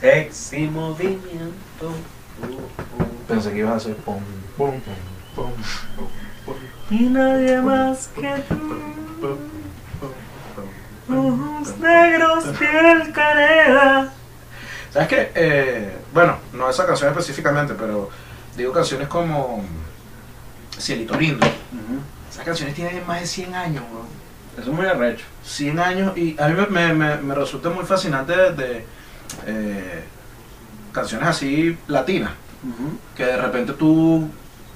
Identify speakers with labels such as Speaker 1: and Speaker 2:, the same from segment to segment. Speaker 1: Sexy movimiento. Uh, uh.
Speaker 2: Pensé que ibas a hacer pum, pum, pum, pum, pum, pum.
Speaker 1: Y nadie más que tú. Ojos negros, piel canela.
Speaker 2: ¿Sabes qué? Eh, bueno, no esa canción específicamente, pero digo canciones como Cielito Lindo. Esas canciones tienen más de 100 años, bro.
Speaker 1: Eso es muy arrecho.
Speaker 2: 100 años y a mí me, me- me- me resulta muy fascinante de, de, eh, canciones así latinas, que de repente tú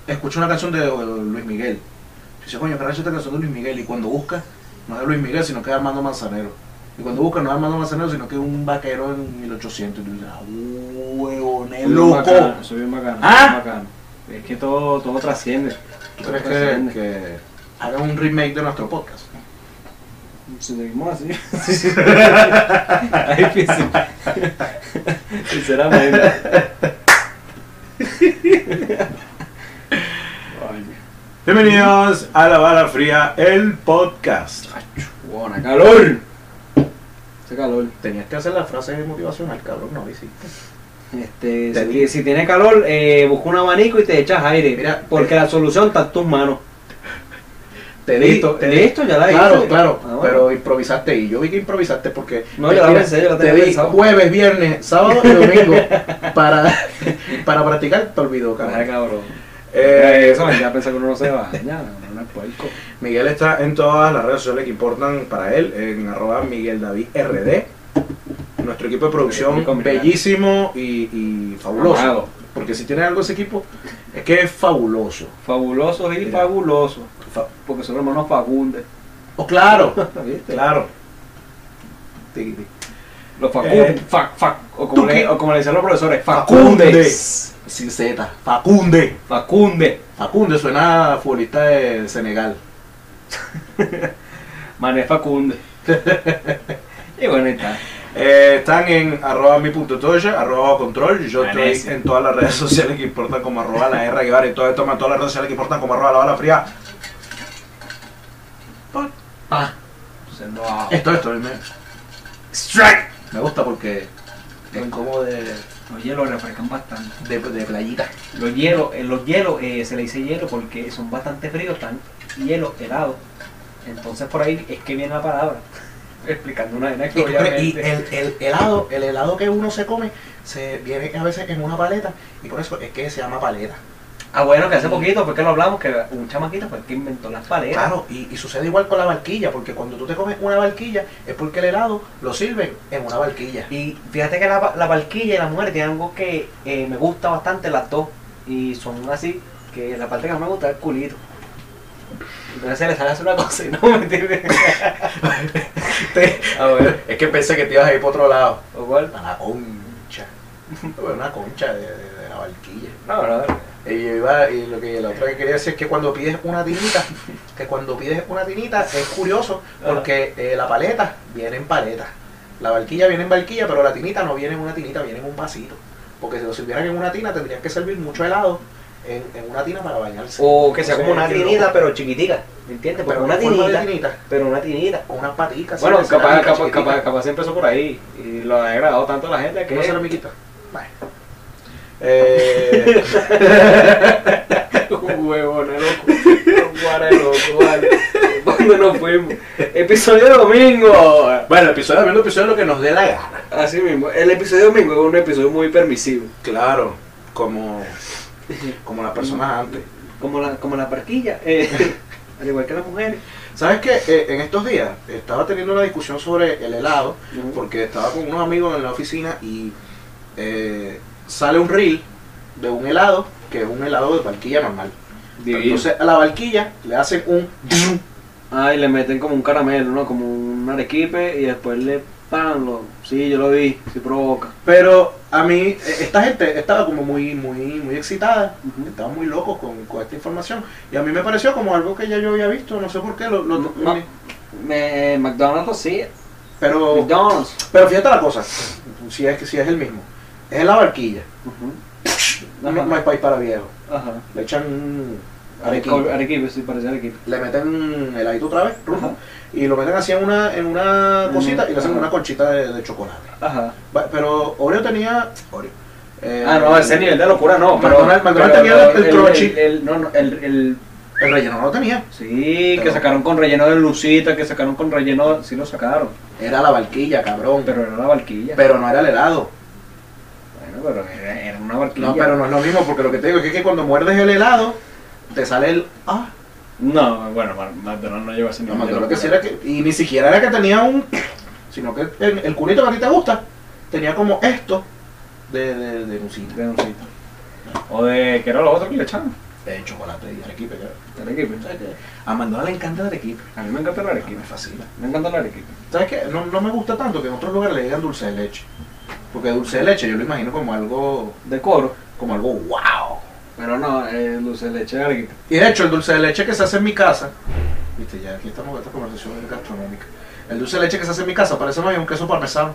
Speaker 2: escuchas una canción de Luis Miguel. Y dices, coño, ¿qué es esta canción de Luis Miguel? Y cuando buscas, no es de Luis Miguel, sino que es Armando Manzanero. Y cuando buscas, no es Armando Manzanero, sino que es un vaquero en 1800. Y tú dices, ah, huevón,
Speaker 3: Soy
Speaker 2: es
Speaker 3: bien
Speaker 2: loco.
Speaker 3: bacano, Soy bien bacano.
Speaker 2: ¿Ah?
Speaker 3: bien bacano. Es que todo, todo trasciende.
Speaker 2: ¿Tú crees que, que hagan un remake de nuestro podcast?
Speaker 3: Si seguimos así. es difícil. pues Sinceramente.
Speaker 2: Bienvenidos a La Bala Fría, el podcast.
Speaker 3: Buena calor. Hace calor.
Speaker 2: Tenías que hacer la frase motivacional, cabrón, no hiciste.
Speaker 3: Este,
Speaker 2: Te
Speaker 3: si,
Speaker 2: digo.
Speaker 3: si tiene calor, eh, busca un abanico y te echas aire.
Speaker 2: Mira,
Speaker 3: porque la solución está en tus manos.
Speaker 2: Te
Speaker 3: Sí,
Speaker 2: dito, te
Speaker 3: listo, ya la
Speaker 2: Claro,
Speaker 3: hice.
Speaker 2: claro,
Speaker 3: Ah, bueno.
Speaker 2: pero improvisaste y yo vi que improvisaste porque
Speaker 3: No,
Speaker 2: te,
Speaker 3: yo la
Speaker 2: mira,
Speaker 3: pensé, yo la
Speaker 2: te
Speaker 3: tenía
Speaker 2: di
Speaker 3: pensado.
Speaker 2: jueves, viernes, sábado y domingo para, para practicar, te
Speaker 3: Ay,
Speaker 2: olvidó, cabrón.
Speaker 3: cabrón.
Speaker 2: Eh,
Speaker 3: eso me da a pensar que uno no se baña. No es puerco.
Speaker 2: Miguel está en todas las redes sociales que importan para él, en arroba Miguel David RD. Nuestro equipo de producción
Speaker 3: Muy complicado.
Speaker 2: bellísimo y, y fabuloso.
Speaker 3: Amado.
Speaker 2: Porque si tiene algo ese equipo, es que es fabuloso.
Speaker 3: Fabulosos y
Speaker 2: Mira.
Speaker 3: fabulosos.
Speaker 2: Fa-
Speaker 3: Porque son hermanos Fagundes.
Speaker 2: oh, claro,
Speaker 3: ¿Viste?
Speaker 2: claro. Tiki, tiki.
Speaker 3: Los
Speaker 2: Eh,
Speaker 3: Facundes. fac, fac, o,
Speaker 2: ¿tú
Speaker 3: como le,
Speaker 2: qué?
Speaker 3: o como le decían los profesores. Facundes.
Speaker 2: Facundes. Sin Z. Facunde.
Speaker 3: Facunde.
Speaker 2: Facunde suena a futbolista de Senegal.
Speaker 3: Mané Facunde. y bueno, ahí está.
Speaker 2: Eh, están en arroba mi punto toya, arroba control. Yo
Speaker 3: Vanessa.
Speaker 2: estoy en todas las redes sociales que importan como arroba la R Guevara y todo esto más todas las redes sociales que importan como arroba la bala fría. Pa- pa.
Speaker 3: Siendo abajo.
Speaker 2: Esto, esto, me,
Speaker 3: Strike.
Speaker 2: me gusta porque es como de,
Speaker 3: Los hielos refrescan bastante.
Speaker 2: de, de playita.
Speaker 3: Los hielos, eh, los hielos eh, se le dice hielo porque son bastante fríos, están hielos helados. Entonces por ahí es que viene la palabra. Explicando una vaina
Speaker 2: Y,
Speaker 3: que
Speaker 2: tú crees, y
Speaker 3: obviamente.
Speaker 2: el, el helado, el helado que uno se come, se viene a veces en una paleta y por eso es que se llama paleta.
Speaker 3: Ah, bueno,
Speaker 2: Mm.
Speaker 3: que hace poquito fue que lo hablamos, que un chamaquito fue el que inventó las paletas.
Speaker 2: Claro, y, y sucede igual con la barquilla, porque cuando tú te comes una barquilla es porque el helado lo sirven en una barquilla.
Speaker 3: Y fíjate que la, la barquilla y la mujer tienen algo que eh, me gusta bastante, las dos. Y son así, que la parte que más me gusta es el culito. Entonces se le sale a hacer una cosa y no me entiendes. a ver,
Speaker 2: Es que pensé que te ibas a ir por otro lado.
Speaker 3: ¿o cuál?
Speaker 2: A la concha. Una concha de, de- de la barquilla.
Speaker 3: No, no,
Speaker 2: Y, yo iba- y lo que la otra que quería decir es que cuando pides una tinita, que cuando pides una tinita es curioso, porque eh, la paleta viene en paleta. La barquilla viene en barquilla, pero la tinita no viene en una tinita, viene en un vasito. Porque si lo sirvieran en una tina, tendrían que servir mucho helado en, en una tina para bañarse.
Speaker 3: O que sea como
Speaker 2: Sí,
Speaker 3: una
Speaker 2: qué
Speaker 3: tinita,
Speaker 2: loco.
Speaker 3: pero chiquitica. ¿Me entiendes? Porque
Speaker 2: pero
Speaker 3: una
Speaker 2: en forma de
Speaker 3: tinita,
Speaker 2: tinita,
Speaker 3: pero una tinita.
Speaker 2: con unas paticas.
Speaker 3: Bueno,
Speaker 2: así de
Speaker 3: capaz,
Speaker 2: cerámica
Speaker 3: capaz,
Speaker 2: chiquitica.
Speaker 3: capaz, capaz se empezó por ahí y lo ha agradado tanto a la gente que
Speaker 2: Una ceramiquita. Vale. Eh,
Speaker 3: Un huevón, es loco. Un guara de loco, vale. ¿Dónde nos fuimos? Episodio de domingo.
Speaker 2: bueno, el episodio, hablando del episodio de lo que nos dé la gana.
Speaker 3: Así mismo. El episodio de domingo es un episodio muy permisivo.
Speaker 2: Claro, como, como las personas antes.
Speaker 3: Mm. Como la, como la parquilla. eh, al igual que las mujeres.
Speaker 2: ¿Sabes qué? Eh, en estos días estaba teniendo una discusión sobre el helado, porque estaba con unos amigos en la oficina y eh, sale un reel de un helado, que es un helado de barquilla normal. Pero Entonces a la barquilla le hacen un...
Speaker 3: Ah, y le meten como un caramelo, ¿no? Como un arequipe y después le pan lo. Sí, yo lo vi, sí provoca.
Speaker 2: Pero a mí, eh, esta gente estaba como muy, muy, muy excitada,
Speaker 3: Ujú.
Speaker 2: estaban muy locos con, con esta información. Y a mí me pareció como algo que ya yo había visto, no sé por qué, lo, lo-
Speaker 3: Ma- me- McDonald's lo sí.
Speaker 2: pero...
Speaker 3: McDonald's.
Speaker 2: Pero fíjate la cosa, si es que si es el mismo. Es en la barquilla,
Speaker 3: Ujú.
Speaker 2: no es país para viejo.
Speaker 3: Ajá.
Speaker 2: Le echan Arequipa.
Speaker 4: Arequipa, sí, parece Arequipa.
Speaker 2: Le meten el aito otra vez, rufo, y lo meten así en una, en una
Speaker 4: Mm,
Speaker 2: cosita y le hacen
Speaker 4: ajá.
Speaker 2: una conchita de, de chocolate.
Speaker 4: Ajá.
Speaker 2: Va- Pero Oreo tenía. Oreo. Eh,
Speaker 4: Ah, no, ese nivel de locura no, pero...
Speaker 2: McDonald's- McDonald's
Speaker 4: pero
Speaker 2: tenía el crunchy.
Speaker 4: El, el- no, no, el- el-
Speaker 2: El relleno no lo tenía.
Speaker 4: sí, que
Speaker 2: Pero-
Speaker 4: sacaron con relleno de lucita, que sacaron con relleno... Sí lo sacaron,
Speaker 2: Era la barquilla, cabrón. Pero,
Speaker 4: pero era una barquilla.
Speaker 2: no era el helado.
Speaker 4: bueno, pero era, era una barquilla.
Speaker 2: No, pero no es lo mismo, porque lo que te digo es que, que cuando muerdes el helado, te sale el. Ah,
Speaker 4: No, bueno, Mar- McDonald's no llegó a ese
Speaker 2: no
Speaker 4: nivel
Speaker 2: me
Speaker 4: de
Speaker 2: acuerdo que
Speaker 4: locura.
Speaker 2: sí era que. Y ni siquiera era que tenía un. Sino que el, el culito que a ti te gusta tenía como esto de, de, de nucita.
Speaker 4: De lucita. O de... ¿Qué era lo otro que le echaron?
Speaker 2: De chocolate y arequipe. creo.
Speaker 4: Arequipa.
Speaker 2: ¿Sabes qué? A Mandona le encanta el arequipe.
Speaker 4: A mí me encanta el
Speaker 2: Que
Speaker 4: Arequipa.
Speaker 2: me fascina.
Speaker 4: Me encanta el Arequipa.
Speaker 2: ¿Sabes qué? No, no me gusta tanto que en otros lugares le digan dulce de leche. Porque dulce de leche yo lo imagino como algo,
Speaker 4: De coro.
Speaker 2: como algo wow.
Speaker 4: Pero no, eh, dulce de leche de Arequipa.
Speaker 2: Y de hecho, el dulce de leche que se hace en mi casa, viste, ya aquí estamos con esta conversación gastronómica. El dulce de leche que se hace en mi casa parece más bien un queso parmesano.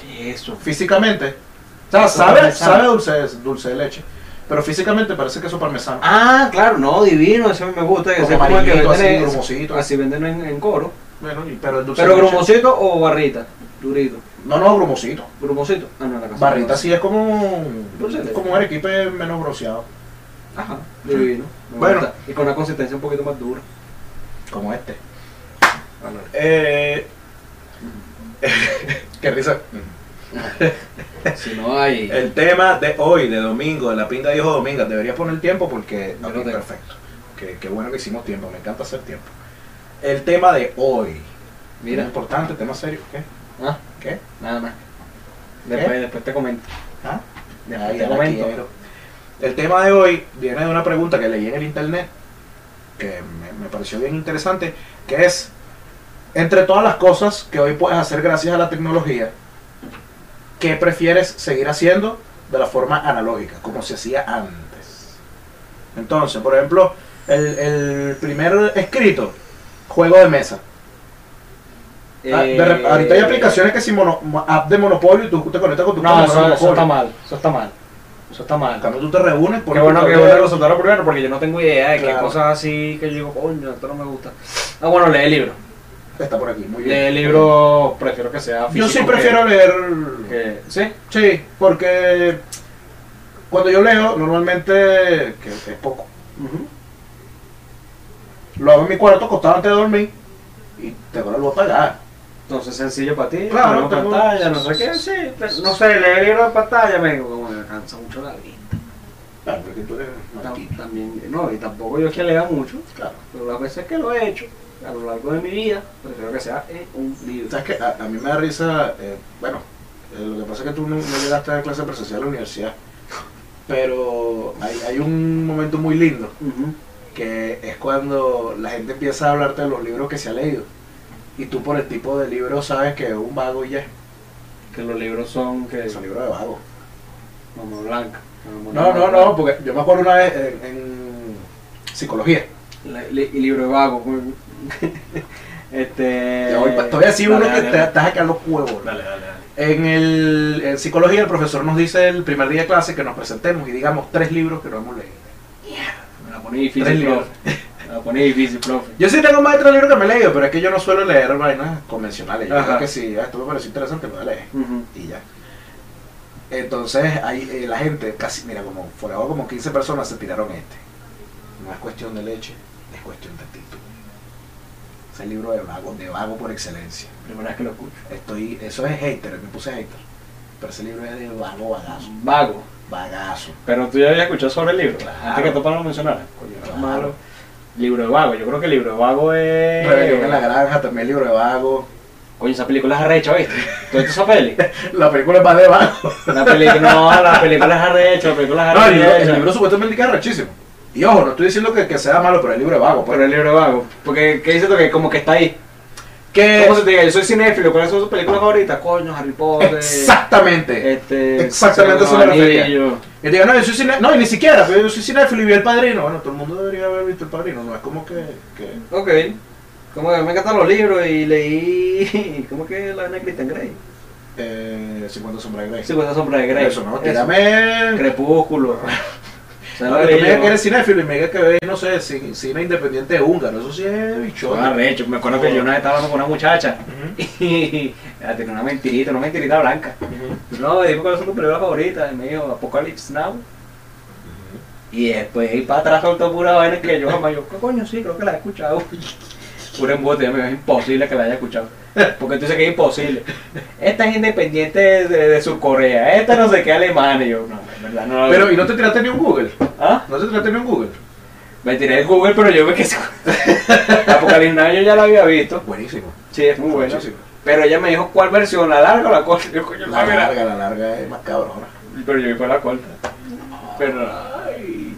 Speaker 3: ¿Qué es eso?
Speaker 2: Físicamente. O sea,
Speaker 3: Queso
Speaker 2: sabe,
Speaker 3: parmesano.
Speaker 2: sabe dulce, dulce de leche. Pero físicamente parece queso parmesano.
Speaker 3: Ah, claro, no, divino, eso a mí me gusta. Que
Speaker 2: Como
Speaker 3: sea como el que
Speaker 2: amarillito, así,
Speaker 3: venden en-
Speaker 2: grumosito.
Speaker 3: Así venden en, en coro.
Speaker 2: Bueno, y- pero el dulce
Speaker 3: Pero
Speaker 2: de leche-
Speaker 3: grumosito o barrita, durito.
Speaker 2: No, no, grumosito.
Speaker 3: Grumosito. Ah, no, la casa.
Speaker 2: Barrita sí es como un,
Speaker 3: Dulce de leche.
Speaker 2: como un arequipe menos broseado.
Speaker 3: Ajá, divino. me
Speaker 2: Bueno.
Speaker 3: gusta. Y con una consistencia un poquito más dura.
Speaker 2: Como este.
Speaker 3: Ah, no.
Speaker 2: Eh, qué risa.
Speaker 3: Mm. Si no hay.
Speaker 2: El tema de hoy, de domingo, de la pinta dijo domingo, debería poner tiempo porque
Speaker 3: Yo
Speaker 2: ok,
Speaker 3: lo tengo.
Speaker 2: perfecto. Qué, qué bueno que hicimos tiempo, me encanta hacer tiempo. El tema de hoy. Mira.
Speaker 3: Mira,
Speaker 2: Importante, tema serio. ¿Qué?
Speaker 3: ah,
Speaker 2: ¿Qué?
Speaker 3: nada
Speaker 2: ¿Eh?
Speaker 3: más. Después,
Speaker 2: ¿Qué?
Speaker 3: después te comento.
Speaker 2: ¿Ah?
Speaker 3: Después
Speaker 2: Ay,
Speaker 3: te
Speaker 2: ya la
Speaker 3: comento.
Speaker 2: quiero. El tema de hoy viene de una pregunta que leí en el internet que me, me pareció bien interesante, que es, entre todas las cosas que hoy puedes hacer gracias a la tecnología, ¿qué prefieres seguir haciendo de la forma analógica, como se hacía antes? Entonces, por ejemplo, el, el primer escrito, juego de mesa. Ah, de rep-
Speaker 3: Eh,
Speaker 2: ahorita hay aplicaciones que si mono- mo- app de monopolio y tú te conectas con tu
Speaker 3: No,
Speaker 2: teléfono,
Speaker 3: eso, eso
Speaker 2: Monopolio.
Speaker 3: está mal. Eso está mal. Eso está
Speaker 2: En
Speaker 3: mal.
Speaker 2: cambio, tú te reúnes por
Speaker 3: Qué bueno que bueno resultaron primero porque yo no tengo idea de qué
Speaker 2: Claro.
Speaker 3: cosas así que yo digo, coño, esto no me gusta. Ah, bueno, lee el libro.
Speaker 2: Está por aquí, muy bien.
Speaker 3: Lee el libro, prefiero que sea físico.
Speaker 2: Yo sí
Speaker 3: que-
Speaker 2: prefiero leer.
Speaker 3: que- ¿Sí?
Speaker 2: Sí, porque cuando yo leo, normalmente, que es poco, lo hago en mi cuarto acostado antes de dormir y te lo vuelvo a apagar.
Speaker 3: Entonces sencillo para ti,
Speaker 2: Claro,
Speaker 3: no
Speaker 2: tengo-
Speaker 3: pantalla, no sé qué, sí, pero no sé, leer el libro de pantalla me digo, como me cansa mucho la vista.
Speaker 2: Claro, porque tú eres
Speaker 3: Tam-
Speaker 2: marquito.
Speaker 3: También, no, y tampoco yo es que lea mucho,
Speaker 2: Claro.
Speaker 3: pero las veces que lo he hecho, a lo largo de mi vida, prefiero que sea en un libro.
Speaker 2: ¿Sabes qué? A, a mí me da risa, eh, bueno, eh, lo que pasa es que tú no, no llegaste a clase presencial a la universidad, pero hay, hay un momento muy lindo
Speaker 3: Ujú.
Speaker 2: que es cuando la gente empieza a hablarte de los libros que se ha leído. Y tú por el tipo de libro sabes que es un vago y ya.
Speaker 3: Que los libros son que
Speaker 2: Son libros de vago.
Speaker 3: Mama Blanca.
Speaker 2: No, no, no, porque yo me acuerdo una vez en, en psicología.
Speaker 3: Le- le- y libro de vago. güey. este.
Speaker 2: Ya voy pa- todavía sí uno
Speaker 3: dale,
Speaker 2: que
Speaker 3: dale,
Speaker 2: te
Speaker 3: dale.
Speaker 2: estás acá los huevos.
Speaker 4: Dale, dale, dale.
Speaker 2: En, el, en psicología el profesor nos dice el primer día de clase que nos presentemos y digamos tres libros que no hemos leído.
Speaker 3: Me la pone
Speaker 2: Tres
Speaker 3: difícil,
Speaker 2: libros.
Speaker 3: profe. Me la pone difícil, profe.
Speaker 2: Yo sí tengo más de tres libros que me he leído, pero es que yo no suelo leer vainas convencionales. Yo
Speaker 4: Ajá.
Speaker 2: creo que sí, ah, esto me pareció interesante, me voy a leer.
Speaker 3: Ujú.
Speaker 2: y ya. Entonces ahí eh, la gente, casi, mira, como fuera de juego, como 15 personas se tiraron este. No es cuestión de leche, es cuestión de actitud. Es el libro de vago, de vago por excelencia.
Speaker 3: Primera vez que lo escucho.
Speaker 2: Estoy, eso es hater, me puse hater. Pero ese libro es de vago, vagazo,
Speaker 3: Vago.
Speaker 2: vagazo.
Speaker 4: Pero tú ya habías escuchado sobre el libro,
Speaker 2: Claro.
Speaker 4: antes que tú para lo mencionaras. Coño, era
Speaker 2: Claro.
Speaker 4: malo. Libro de vago, yo creo que el libro de vago
Speaker 3: Eh.
Speaker 4: es.
Speaker 2: Rebelión en la granja, también libro de vago.
Speaker 3: Coño, esa película es arrecha, ¿viste? ¿Tú viste esa peli?
Speaker 2: La película es más de vago.
Speaker 3: La película, no, la película es arrecha, la película es
Speaker 2: No, el libro,
Speaker 3: arrecha.
Speaker 2: el libro supuestamente es rechísimo. Y ojo, no estoy diciendo que, que sea malo, pero el libro es vago.
Speaker 3: Pero
Speaker 2: Pues.
Speaker 3: el libro de vago. Porque, ¿qué dices tú? Que como que está ahí.
Speaker 2: Que-
Speaker 3: ¿Cómo se te diga? Yo soy cinéfilo, ¿cuáles son tus películas favoritas? Coño, Harry Potter.
Speaker 2: Exactamente.
Speaker 3: Este,
Speaker 2: Exactamente eso me
Speaker 3: Señor de los
Speaker 2: refería.
Speaker 3: Anillos.
Speaker 2: Y diga, no, yo soy cine... No, y ni siquiera, pero yo soy cinéfilo y vi El Padrino. Bueno, todo el mundo debería haber visto El Padrino, no es como que... que-
Speaker 3: Ok. Como que me encantan los libros y leí. ¿Cómo que la vaina de Christian Grey?
Speaker 2: eh, 50 sombras de Grey.
Speaker 3: Sí, pues esa sombra de Grey.
Speaker 2: Eso, ¿no? Tírame...
Speaker 3: Crepúsculo. sea,
Speaker 2: Ahora,
Speaker 3: era
Speaker 2: tú me digas
Speaker 3: bello.
Speaker 2: que eres cinéfilo y me digas que ves, no sé, cin- cine independiente húngaro. Eso sí es bichón.
Speaker 3: Estaba recho. Me acuerdo que yo una vez estaba hablando con una muchacha y ah, tenía una mentirita, una mentirita blanca. No, me dijo cuáles son tus películas favoritas. Y me dijo Apocalypse Now. Y después ahí para atrás soltó pura vaina que yo jamás, yo, ¿qué coño? Sí, creo que la he escuchado. Pura embuste, ya me dijo, es imposible que la haya escuchado. Porque tú dices que es imposible. Esta es independiente de, de, de su Corea, esta no sé qué alemana. Y yo, no, en verdad no la
Speaker 2: Pero, ¿y no te tiraste ni un Google?
Speaker 3: ¿Ah?
Speaker 2: ¿No te tiraste ni un Google?
Speaker 3: Me tiré el Google, pero yo me quedé. Apocalipsis Now yo ya la había visto.
Speaker 2: Ah, Buenísimo.
Speaker 3: Sí, es muy bueno.
Speaker 2: Muchísimo.
Speaker 3: Pero ella me dijo cuál versión, la larga o la corta. Yo, coño,
Speaker 2: La
Speaker 3: la
Speaker 2: larga, la larga es más cabrona.
Speaker 3: Pero yo vi por la corta. Pero,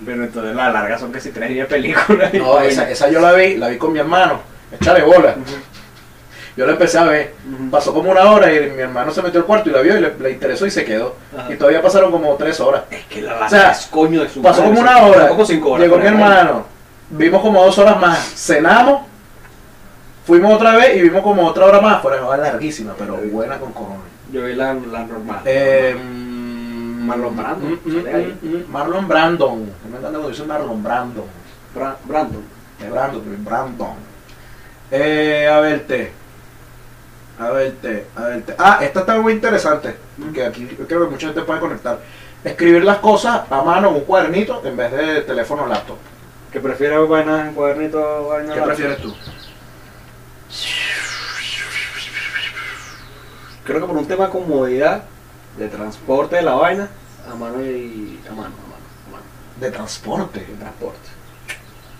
Speaker 3: pero entonces la larga son casi tres días de película.
Speaker 2: No, esa, esa yo la vi, la vi con mi hermano. Échale bola. Yo la empecé a ver.
Speaker 3: Ujú.
Speaker 2: Pasó como una hora y mi hermano se metió al cuarto y la vio y le, le interesó y se quedó.
Speaker 3: Ajá.
Speaker 2: Y todavía pasaron como tres horas.
Speaker 3: Es que la larga
Speaker 2: O sea,
Speaker 3: es coño de su
Speaker 2: Pasó
Speaker 3: madre,
Speaker 2: como
Speaker 3: son-
Speaker 2: una hora.
Speaker 3: son Como cinco horas.
Speaker 2: Llegó mi
Speaker 3: pero bueno.
Speaker 2: hermano. Vimos como dos horas más. Cenamos. Fuimos otra vez y vimos como otra hora más. Fue una hora larguísima, pero buena con cojones.
Speaker 3: Yo vi la, la normal.
Speaker 2: Eh, Mm, Marlon
Speaker 3: Brandon, sale ahí.
Speaker 2: Marlon Brandon. No me encanta cuando dicen Marlon Brandon.
Speaker 3: Bra- Brandon.
Speaker 2: De Brandon, pero es Brandon. Eh, a verte. A verte, a verte. Ah, esta está muy interesante. Porque aquí yo creo que mucha gente puede conectar. Escribir las cosas a mano en un cuadernito en vez de teléfono o laptop.
Speaker 3: ¿Que prefieres vainas en cuadernito o vainas
Speaker 2: ¿Qué
Speaker 3: largas?
Speaker 2: prefieres tú?
Speaker 3: Creo que por un tema de comodidad, de transporte de la vaina, a mano y. a mano, a mano, a mano.
Speaker 2: De transporte.
Speaker 3: de transporte.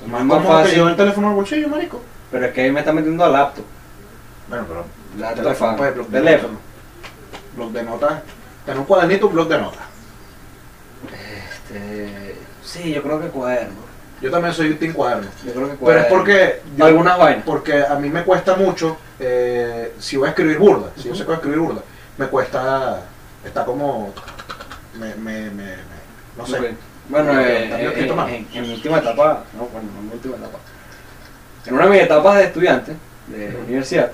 Speaker 3: Es
Speaker 2: Más
Speaker 3: más, más
Speaker 2: cómodo que
Speaker 3: fácil.
Speaker 2: llevar el teléfono al bolsillo, marico.
Speaker 3: Pero es que ahí me está metiendo a laptop.
Speaker 2: Bueno, pero
Speaker 3: La teléfono.
Speaker 2: teléfono, pues, bloc de
Speaker 3: Teléfono.
Speaker 2: notas. Bloc de notas. En un cuadernito, un bloc de notas.
Speaker 3: Este. Sí, yo creo que cuaderno.
Speaker 2: Yo también soy un team cuaderno.
Speaker 3: Yo creo que
Speaker 2: Pero es
Speaker 3: cuaderno.
Speaker 2: porque yo-
Speaker 3: Algunas vainas.
Speaker 2: porque a mí me cuesta mucho eh, si voy a escribir burda, si yo sé que voy a escribir burda, me cuesta, está como, me, me, me, me- no sé.
Speaker 3: Ok. Bueno,
Speaker 2: Yo-
Speaker 3: eh,
Speaker 2: yo-
Speaker 3: eh,
Speaker 2: yo- yo-
Speaker 3: eh,
Speaker 2: toma.
Speaker 3: en, en mi última etapa, no, bueno, no en mi última etapa. En una de mis etapas de estudiante de
Speaker 2: Ujú.
Speaker 3: universidad,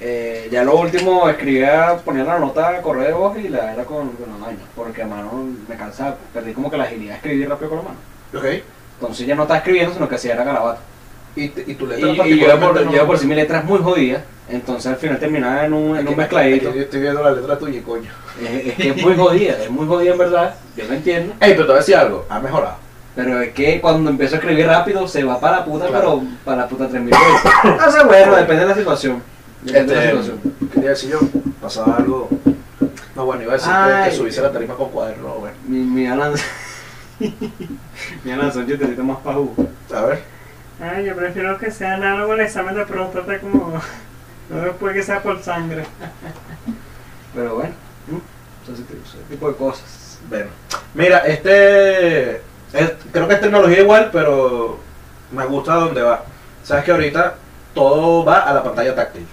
Speaker 3: eh, ya lo último escribía, ponía la nota a correo de voz y la era con, con la mano, porque a mano me cansaba, perdí como que la agilidad de escribir rápido con la mano.
Speaker 2: Ok.
Speaker 3: Entonces ya no estaba escribiendo, sino que hacía era garabato.
Speaker 2: Y, te- y tu
Speaker 3: Y,
Speaker 2: letra
Speaker 3: y yo de por,
Speaker 2: particularmente no-
Speaker 3: yo de por sí mi letra es muy jodida, entonces al final terminaba en un, en un mezcladito.
Speaker 2: Aquí Yo estoy viendo la letra tuya y coño.
Speaker 3: Es, es que es muy jodida, es muy jodida en verdad, yo lo entiendo.
Speaker 2: Ey, pero te voy a decir algo, ha mejorado.
Speaker 3: Pero es que cuando empiezo a escribir rápido se va para la puta,
Speaker 2: Claro.
Speaker 3: pero para la puta 3000 veces. O sea, bueno, depende de la situación. Depende de la
Speaker 2: Este,
Speaker 3: situación.
Speaker 2: quería decir yo, pasaba algo, no bueno, iba a decir que,
Speaker 3: Ay.
Speaker 2: que subiese la tarima con cuaderno, bueno,
Speaker 3: Mi, mi Alan. mi Alan son chistecitos más pajú.
Speaker 2: a ver.
Speaker 5: Ay, Ah, yo prefiero que sea análogo al examen de próstata como... No después que sea por sangre.
Speaker 3: Pero bueno, ¿mm? ese tipo- ese tipo de cosas.
Speaker 2: Bueno, mira, este, es- creo que es tecnología igual, pero me gusta dónde va. Sabes que ahorita todo va a la pantalla táctil.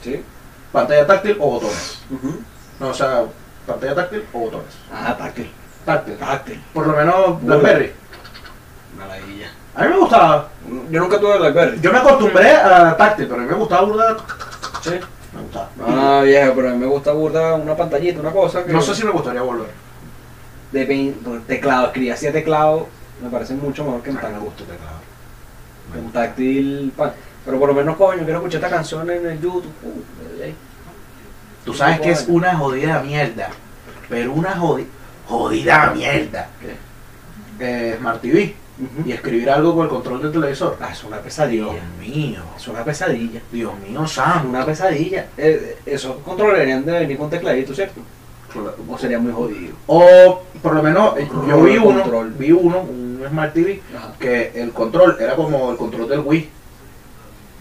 Speaker 3: ¿Sí?
Speaker 2: Pantalla táctil o botones.
Speaker 3: Ujú.
Speaker 2: No, o sea, pantalla táctil o botones.
Speaker 3: Ah, táctil.
Speaker 2: Táctil.
Speaker 3: Táctil.
Speaker 2: Por lo menos BlackBerry.
Speaker 3: Maravilla.
Speaker 2: A mí me gustaba.
Speaker 3: Yo nunca tuve Blackberry.
Speaker 2: Yo me acostumbré a táctil, pero a mí me gustaba burda.
Speaker 3: Sí.
Speaker 2: Me gustaba.
Speaker 3: Ah, vieja, pero a mí me gusta burda una pantallita, una cosa que.
Speaker 2: No sé si me gustaría volver.
Speaker 3: De vein- por teclado, escribir así a teclado me parece mucho mejor que en
Speaker 2: Ay, me
Speaker 3: táctil.
Speaker 2: gusta el teclado. Me
Speaker 3: Un
Speaker 2: gusta.
Speaker 3: táctil. pa- Pero por lo menos, coño, quiero escuchar esta canción en el YouTube. Uh, le doy ahí.
Speaker 2: Tú sabes que es una jodida mierda. Pero una jodi- jodida mierda.
Speaker 3: ¿Qué?
Speaker 2: Eh, Smart TV.
Speaker 3: Ujú.
Speaker 2: y escribir algo con el control del televisor.
Speaker 3: Ah, es una
Speaker 2: Dios
Speaker 3: pesadilla.
Speaker 2: mío,
Speaker 3: Es una pesadilla.
Speaker 2: Dios mío
Speaker 3: Es
Speaker 2: santo.
Speaker 3: una pesadilla. Eh, esos controles deberían de venir con tecladito, ¿cierto? O sería muy jodido.
Speaker 2: O por lo menos eh, yo vi uno,
Speaker 3: Control.
Speaker 2: vi uno, un Smart TV,
Speaker 3: Ajá.
Speaker 2: que el control era como el control del Wii.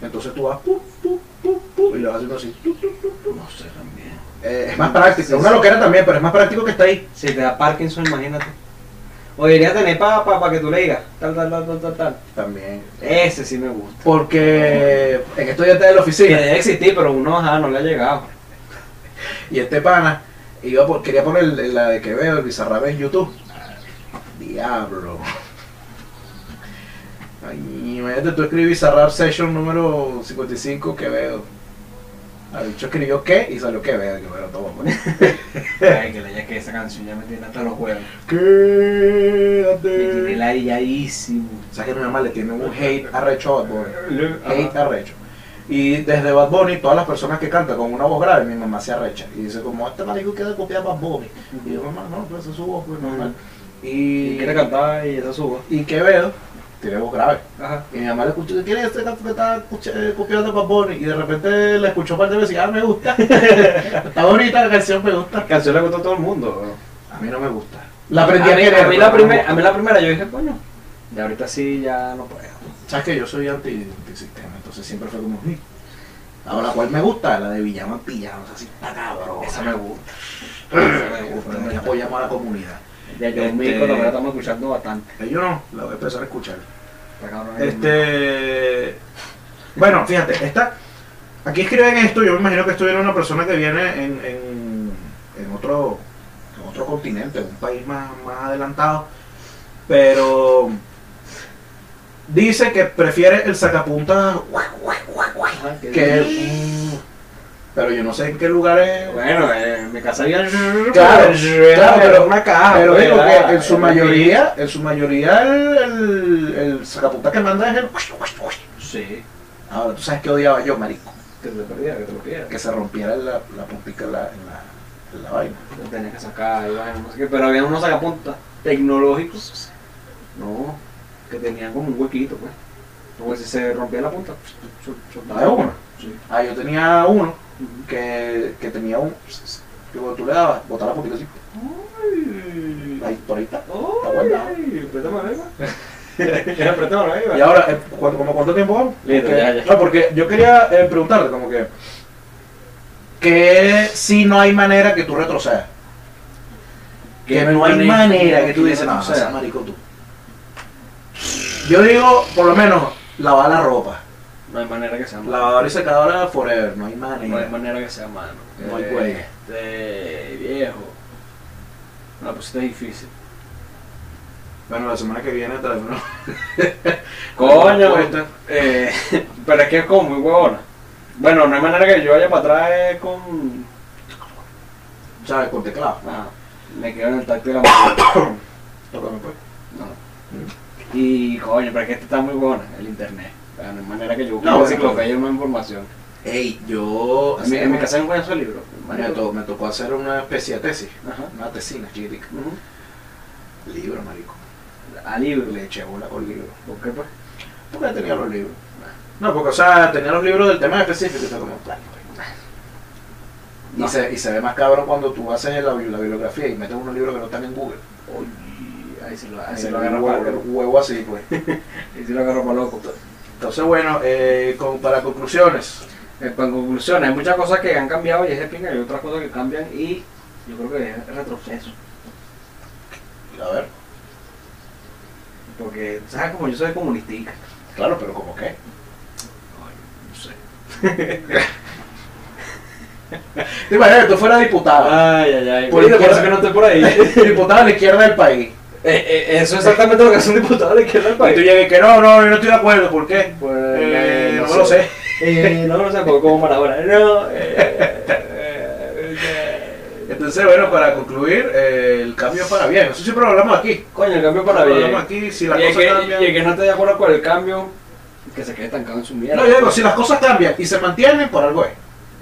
Speaker 2: Entonces tú vas pu, pu, pu, pu, y lo vas haciendo así. tu, tu, tu.
Speaker 3: No sé también.
Speaker 2: Eh, es más práctico, es una loquera también, pero es más práctico que está ahí.
Speaker 3: Si te da Parkinson, imagínate. O debería tener para pa, pa que tú le digas. Tal, tal, tal, tal, tal, tal.
Speaker 2: También.
Speaker 3: Ese sí me gusta.
Speaker 2: Porque en estos días estaba en la
Speaker 3: Que
Speaker 2: oficina
Speaker 3: debe existir, pero uno ajá, no le ha llegado.
Speaker 2: y este pana iba por- quería poner la de que veo, el Bizarrap en YouTube. Diablo. Ay, imagínate, tú escribí Bizarrap Session número 55 que veo. El bicho escribió qué y salió qué, verga, pero todo va a poner.
Speaker 3: Ay, que la ya que esa canción ya me tiene hasta los huevos. Me tiene
Speaker 2: Quédate.
Speaker 3: ladilladísimo.
Speaker 2: O sea que mi mamá le tiene un hate arrecho a Bad Bunny. Hate arrecho. Y desde Bad Bunny, todas las personas que cantan con una voz grave, mi mamá se arrecha. Y dice como, este marico quiere copiar a Bad Bunny. Y yo, mamá, no, pues esa es su voz, pues normal.
Speaker 3: Y
Speaker 2: Y,
Speaker 3: quiere cantar y esa suba.
Speaker 2: y Quevedo tiene voz grave.
Speaker 3: Ajá.
Speaker 2: Y mi mamá le escuchó, ¿quién es este que está escucha- eh, copiando a Bad Bunny? Y de repente la escuchó un par de veces y, ah, me gusta. está bonita la canción, me gusta.
Speaker 3: La canción le gustó a todo el mundo.
Speaker 2: A mí no me gusta. La aprendí a,
Speaker 3: mí-
Speaker 2: querer,
Speaker 3: a mí,
Speaker 2: pero
Speaker 3: la
Speaker 2: no me
Speaker 3: primer-
Speaker 2: gusta.
Speaker 3: a mí la primera yo dije, coño, ya ahorita sí ya no puedo.
Speaker 2: Sabes que yo soy anti, sistema entonces siempre fue como... "Mm". Ahora, ¿cuál me gusta? La de Villama Pijama, así, está cabrón.
Speaker 3: Esa me gusta. Esa me gusta.
Speaker 2: Bueno, ya
Speaker 3: me
Speaker 2: apoyamos a la comunidad.
Speaker 3: Ya yo un
Speaker 2: Este-
Speaker 3: mico, la verdad estamos escuchando bastante.
Speaker 2: Eh, Yo no, la voy a empezar a escuchar.
Speaker 3: Está cabrón.
Speaker 2: Este. Bueno, fíjate, esta. Aquí escriben esto, yo me imagino que esto viene una persona que viene en, en, en otro, en otro continente, un país más, más adelantado. Pero dice que prefiere el sacapuntas
Speaker 3: Ajá, que-
Speaker 2: que. Pero yo no sé en qué lugar es.
Speaker 3: Bueno, eh, me casaría.
Speaker 2: Claro, claro, pero-
Speaker 3: una caja.
Speaker 2: Pero
Speaker 3: pues,
Speaker 2: digo
Speaker 3: era-
Speaker 2: que en su
Speaker 3: era
Speaker 2: mayoría, en su mayoría el, el, el sacapuntas que manda es el.
Speaker 3: que- Sí,
Speaker 2: Ahora, tú sabes que odiaba yo, marico.
Speaker 3: que te lo perdiera, que te lo pierdas.
Speaker 2: Que se rompiera la, la puntica en la, en la, en la vaina.
Speaker 3: Lo tenías que sacar, y bueno, no sé qué, pero había unos sacapuntas tecnológicos, no, que tenían como un huequito, pues. Entonces si se rompía la punta, pues, se- se- se-
Speaker 2: ¿Había uno?
Speaker 3: Sí.
Speaker 2: Ah, yo tenía uno
Speaker 3: Ujú.
Speaker 2: que, que tenía un. Que cuando tú le dabas, botaba la puntica así. Ahí, por ahí está. guardado.
Speaker 3: ¡Ay! Préstame la lengua. Préstame la lengua.
Speaker 2: Y ahora, eh, ¿cuánto, como cuánto tiempo vamos?
Speaker 3: Listo,
Speaker 2: Porque-
Speaker 3: ya, ya.
Speaker 2: No, porque yo quería eh, preguntarte, como que. Que si no hay manera que tú retrocedas. Que no hay manera que tú dices, no, o sea, marico tú. Yo digo, por lo menos, lavar la ropa.
Speaker 3: No hay manera que sea malo.
Speaker 2: Lavadora y secadora forever, no hay manera.
Speaker 3: No hay manera que sea malo.
Speaker 2: No hay
Speaker 3: Eh,
Speaker 2: cuello.
Speaker 3: Este, viejo. No, pues está difícil.
Speaker 2: Bueno, la semana que viene traemos una
Speaker 3: Coño,
Speaker 2: propuesta.
Speaker 3: eh, pero es que es como muy huevona. Bueno, no hay manera que yo vaya para atrás eh, con.
Speaker 2: ¿Sabes? Con teclado.
Speaker 3: Ah, me quedo en el tacto de la mano.
Speaker 2: Tócame pues.
Speaker 3: No. Y coño, pero es que esta está muy buena, el internet. O sea, no hay manera que yo busque
Speaker 2: No,
Speaker 3: no,
Speaker 2: bueno,
Speaker 3: enciclopedia una información.
Speaker 2: Ey, yo.
Speaker 3: En mi, en mi casa hay un coñazo de libro.
Speaker 2: me, to- me tocó hacer una especie de tesis.
Speaker 3: Ajá.
Speaker 2: Una tesina chiquitica.
Speaker 3: Ujú.
Speaker 2: Libro, marico. Ah,
Speaker 3: A libro.
Speaker 2: Le eché bola con libro.
Speaker 3: ¿Por qué pues?
Speaker 2: ¿Por qué tenía los libros? No, porque, o sea, tenía los libros del tema específico y fue como, "Ay, güey".
Speaker 3: No.
Speaker 2: Y, se, y se ve más cabrón cuando tú haces la, bi- la bibliografía y metes unos libros que no están en Google.
Speaker 3: Oye, ahí se lo, ahí
Speaker 2: Ahí
Speaker 3: se
Speaker 2: se
Speaker 3: lo agarra para
Speaker 2: huevo, huevo así, pues.
Speaker 3: Ahí se lo agarra para loco.
Speaker 2: Entonces, bueno, eh, con- para conclusiones.
Speaker 3: Eh, pues, en conclusión, hay muchas cosas que han cambiado y es de pinga, y otras cosas que cambian y yo creo que es retroceso.
Speaker 2: A ver,
Speaker 3: Porque, ¿sabes como yo soy comunistica?
Speaker 2: claro, pero como qué.
Speaker 3: Ay, no sé.
Speaker 2: Te imaginas que tú fueras diputada.
Speaker 3: Ay, ay, ay.
Speaker 2: Por izquierda.
Speaker 3: eso que no estoy por ahí. Eh,
Speaker 2: diputada a la izquierda del país.
Speaker 3: eh, eso es exactamente lo que hace un diputado de izquierda del
Speaker 2: Y tú
Speaker 3: país.
Speaker 2: llegas y que no, no, yo no estoy de acuerdo. ¿Por qué?
Speaker 3: Pues,
Speaker 2: Eh,
Speaker 3: eh,
Speaker 2: no lo sé.
Speaker 3: Eh, no lo sé, porque como Maradona. No, eh, eh, eh, eh.
Speaker 2: Entonces, bueno, para concluir, eh, el cambio es para bien. Eso siempre lo hablamos aquí.
Speaker 3: Coño, el cambio para
Speaker 2: Lo
Speaker 3: bien.
Speaker 2: hablamos aquí, si las
Speaker 3: y, el
Speaker 2: cosas
Speaker 3: que,
Speaker 2: cambian.
Speaker 3: y el que no esté de acuerdo con el cambio, que se quede estancado en su mierda.
Speaker 2: No, yo digo, si las cosas cambian y se mantienen, por algo es.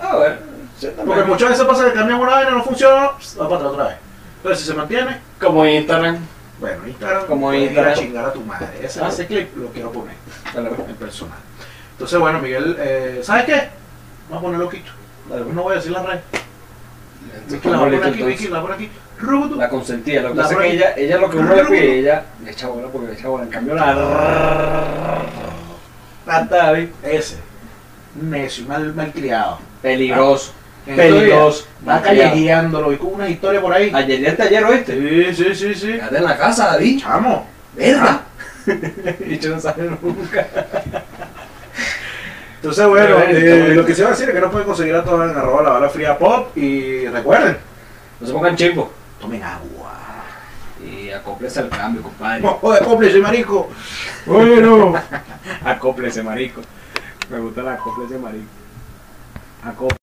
Speaker 3: A ver, ciertamente.
Speaker 2: Porque muchas veces pasa que cambian una vaina, no funciona, pss, va para atrás otra vez. Pero si se mantiene,
Speaker 3: Como Instagram.
Speaker 2: bueno, Instagram,
Speaker 3: Como
Speaker 2: puedes ir
Speaker 3: Instagram.
Speaker 2: a chingar a tu madre. Ese,
Speaker 3: Ah.
Speaker 2: ese clip lo quiero poner
Speaker 3: Dale, pues.
Speaker 2: en personal. Entonces, bueno, Miguel, eh, ¿sabes qué? Vamos a poner loquito.
Speaker 3: Dale, pues.
Speaker 2: No voy a decir la red. Vicky la
Speaker 3: Como
Speaker 2: pone
Speaker 3: Lito,
Speaker 2: aquí,
Speaker 3: entonces.
Speaker 2: Vicky la pone aquí. Rubutu.
Speaker 3: La consentía, lo que
Speaker 2: La
Speaker 3: pasa es que
Speaker 2: bronca.
Speaker 3: ella, ella lo que uno le pide, ella le echa bola porque le echa bola. En cambio, la rata, ¿ves?
Speaker 2: Ese. Necio, mal, malcriado.
Speaker 3: peligroso.
Speaker 2: En
Speaker 3: Ah, Peligroso.
Speaker 2: estos días, Va callejeando, lo vi con una historia por ahí.
Speaker 3: Ayer día taller oíste.
Speaker 2: Sí, sí, sí, sí.
Speaker 3: Quédate en la casa, David.
Speaker 2: Chamo.
Speaker 3: Verga. y yo no sale nunca.
Speaker 2: Entonces, bueno,
Speaker 3: Pero,
Speaker 2: eh,
Speaker 3: está bonito.
Speaker 2: lo que se va a decir es que no pueden conseguir a todos en arroba la bala fría pop. Y recuerden,
Speaker 3: No se pongan chimbo.
Speaker 2: tomen agua.
Speaker 3: Y acóplese al cambio, compadre.
Speaker 2: Ojo de cómplice, marico. Bueno.
Speaker 3: Acóplese, marico. Me gusta la acóplese, marico. Acóplese.